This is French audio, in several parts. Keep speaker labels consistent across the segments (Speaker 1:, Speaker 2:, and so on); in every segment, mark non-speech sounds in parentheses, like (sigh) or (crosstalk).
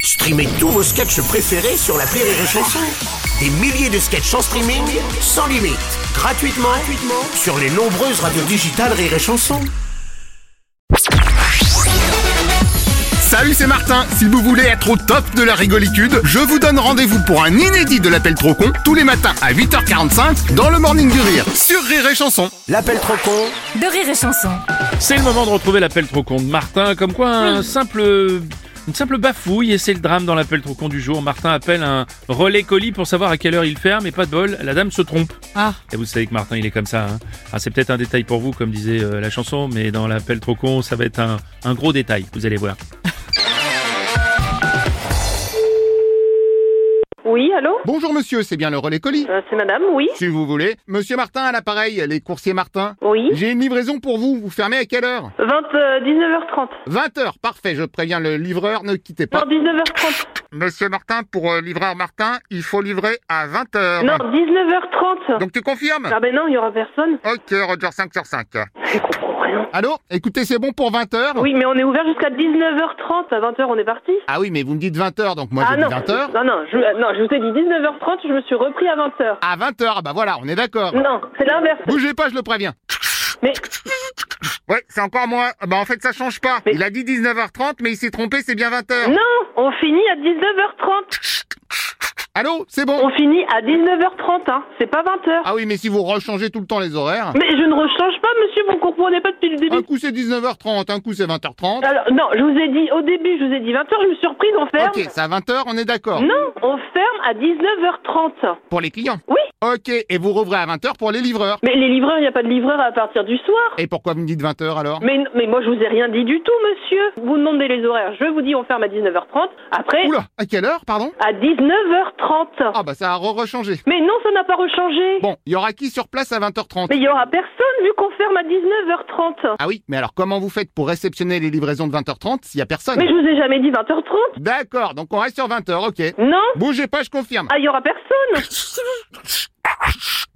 Speaker 1: Streamez tous vos sketchs préférés sur la Rire et Chanson. Des milliers de sketchs en streaming, sans limite, gratuitement, gratuitement sur les nombreuses radios digitales Rire et Chanson.
Speaker 2: Salut, c'est Martin. Si vous voulez être au top de la rigolitude, je vous donne rendez-vous pour un inédit de l'appel trop con tous les matins à 8h45 dans le Morning du Rire sur Rire et Chanson.
Speaker 1: L'appel trop con
Speaker 3: de rire et chanson.
Speaker 4: C'est le moment de retrouver l'appel trop con de Martin, comme quoi un simple, une simple bafouille, et c'est le drame dans l'appel trop con du jour. Martin appelle un relais colis pour savoir à quelle heure il ferme, et pas de bol, la dame se trompe.
Speaker 3: Ah.
Speaker 4: Et vous savez que Martin, il est comme ça. hein. Ah, c'est peut-être un détail pour vous, comme disait euh, la chanson, mais dans l'appel trop con, ça va être un, un gros détail, vous allez voir.
Speaker 5: Oui, allô
Speaker 2: Bonjour monsieur, c'est bien le relais colis
Speaker 5: Euh, C'est madame, oui
Speaker 2: Si vous voulez. Monsieur Martin à l'appareil, les coursiers Martin.
Speaker 5: Oui
Speaker 2: J'ai une livraison pour vous, vous fermez à quelle heure
Speaker 5: 20, euh, 19h30.
Speaker 2: 20h, parfait, je préviens le livreur, ne quittez
Speaker 5: Non,
Speaker 2: pas.
Speaker 5: 19h30.
Speaker 2: Monsieur Martin, pour euh, livreur Martin, il faut livrer à 20h.
Speaker 5: Non, 19h30.
Speaker 2: Ah bah. Donc tu confirmes
Speaker 5: Ah ben non, il y aura personne. (laughs)
Speaker 2: Ok, Roger 5 sur 5.
Speaker 5: Je comprends rien.
Speaker 2: Allô Écoutez, c'est bon pour 20h
Speaker 5: Oui, mais on est ouvert jusqu'à 19h30. À 20h, on est parti.
Speaker 2: Ah oui, mais vous me dites 20h, donc moi
Speaker 5: ah
Speaker 2: j'ai
Speaker 5: non.
Speaker 2: dit 20h.
Speaker 5: Non, non, je, euh, non, je vous ai dit 19h30, je me suis repris à 20h.
Speaker 2: À 20h, bah voilà, on est d'accord.
Speaker 5: Non, c'est l'inverse.
Speaker 2: Bougez pas, je le préviens.
Speaker 5: Mais
Speaker 2: Ouais, c'est encore moi. Bah en fait, ça change pas.
Speaker 5: Mais-
Speaker 2: Il a dit 19h30, mais il s'est trompé, c'est bien 20h.
Speaker 5: non, on finit à 19h30.
Speaker 2: Allô, c'est bon
Speaker 5: On finit à 19h30, hein. C'est pas 20h.
Speaker 2: Ah oui, mais si vous rechangez tout le temps les horaires,
Speaker 5: Mais je ne rechange pas, monsieur, vous comprenez pas depuis le
Speaker 2: un
Speaker 5: début.
Speaker 2: coup c'est 19h30, un coup c'est 20h30.
Speaker 5: Alors, non, je vous ai dit, au début, je vous ai dit 20h, je me suis reprise, on ferme.
Speaker 2: Ok, c'est à 20h, on est d'accord.
Speaker 5: Non, on ferme à 19h30.
Speaker 2: Pour les clients
Speaker 5: Oui.
Speaker 2: Ok, et vous rouvrez à 20h pour les livreurs.
Speaker 5: Mais les livreurs, il n'y a pas de livreur à partir du soir.
Speaker 2: Et pourquoi vous me dites 20h alors
Speaker 5: Mais, mais moi, je vous ai rien dit du tout, monsieur. Vous demandez les horaires. Je vous dis, on ferme à 19h30. Après,
Speaker 2: Oula, à quelle heure, pardon
Speaker 5: à 19h30.
Speaker 2: Ah bah ça a re-rechangé.
Speaker 5: Mais non, ça n'a pas rechangé.
Speaker 2: Bon, il y aura qui sur place à 20h30
Speaker 5: Mais il n'y aura personne vu qu'on ferme à 19h30.
Speaker 2: Ah oui, mais alors comment vous faites pour réceptionner les livraisons de 20h30 s'il y a personne
Speaker 5: Mais je vous ai jamais dit 20h30.
Speaker 2: D'accord, donc on reste sur 20h, ok.
Speaker 5: Non
Speaker 2: Bougez pas, je confirme.
Speaker 5: Ah, il n'y
Speaker 2: (laughs)
Speaker 5: aura personne.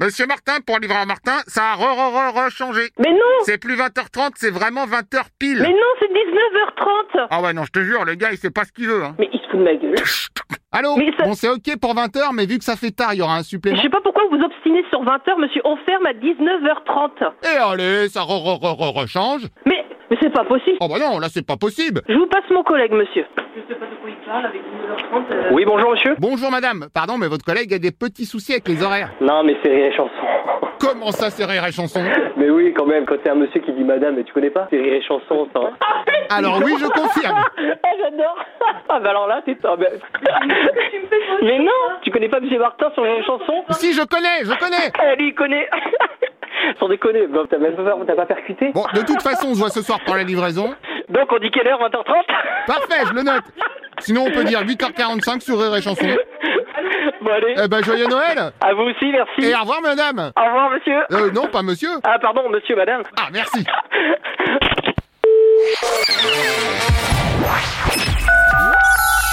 Speaker 2: Monsieur Martin, pour livrer à Martin, ça a re-re-re-changé.
Speaker 5: Mais non
Speaker 2: C'est plus 20h30, c'est vraiment 20h pile.
Speaker 5: Mais non, c'est 19h30.
Speaker 2: Ah ouais, non, je te jure, le gars, il sait pas ce qu'il veut. Hein.
Speaker 5: Mais il se fout de ma gueule.
Speaker 2: Allô
Speaker 5: Mais ça-
Speaker 2: Bon, c'est ok pour 20h, mais vu que ça fait tard, il y aura un
Speaker 5: Je
Speaker 2: supplément.
Speaker 5: sais pas pourquoi vous vous obstinez sur 20h, monsieur. On ferme à 19h30.
Speaker 2: Et Eh, allez, ça re-re-re-re-change.
Speaker 5: Mais, mais c'est pas possible.
Speaker 2: Oh bah non, là, c'est pas possible.
Speaker 5: Je vous passe mon collègue, monsieur.
Speaker 6: Oui, bonjour monsieur.
Speaker 2: Bonjour madame, pardon, mais votre collègue a des petits soucis avec les horaires.
Speaker 6: Non, mais c'est Rire et Chanson.
Speaker 2: Comment ça, c'est rire et chanson
Speaker 6: Mais oui, quand même, quand c'est un monsieur qui dit madame, mais tu connais pas C'est Rire et Chanson, ça. hein.
Speaker 2: Alors oui, je confirme.
Speaker 6: Ah, (laughs) j'adore. Ah, bah alors là, c'est ça. bah- (laughs) mais non, tu connais pas monsieur Martin sur Rire et Chanson
Speaker 2: Si, je connais, je connais.
Speaker 6: Ah, lui, il connaît. (laughs) Sans déconner, bah, t'as même pas, t'as pas percuté.
Speaker 2: Bon, de toute façon, on se voit ce soir pour la livraison.
Speaker 6: Donc, on dit quelle heure 20h30
Speaker 2: Parfait, je le note. Sinon, on peut dire 8h45 sur Rire et Chanson.
Speaker 6: (laughs) Bon, allez.
Speaker 2: Eh ben, joyeux Noël
Speaker 6: À vous aussi, merci.
Speaker 2: Et au revoir, madame
Speaker 6: Au revoir, monsieur.
Speaker 2: Euh, non, pas monsieur
Speaker 6: Ah, pardon, monsieur, madame.
Speaker 2: Ah, merci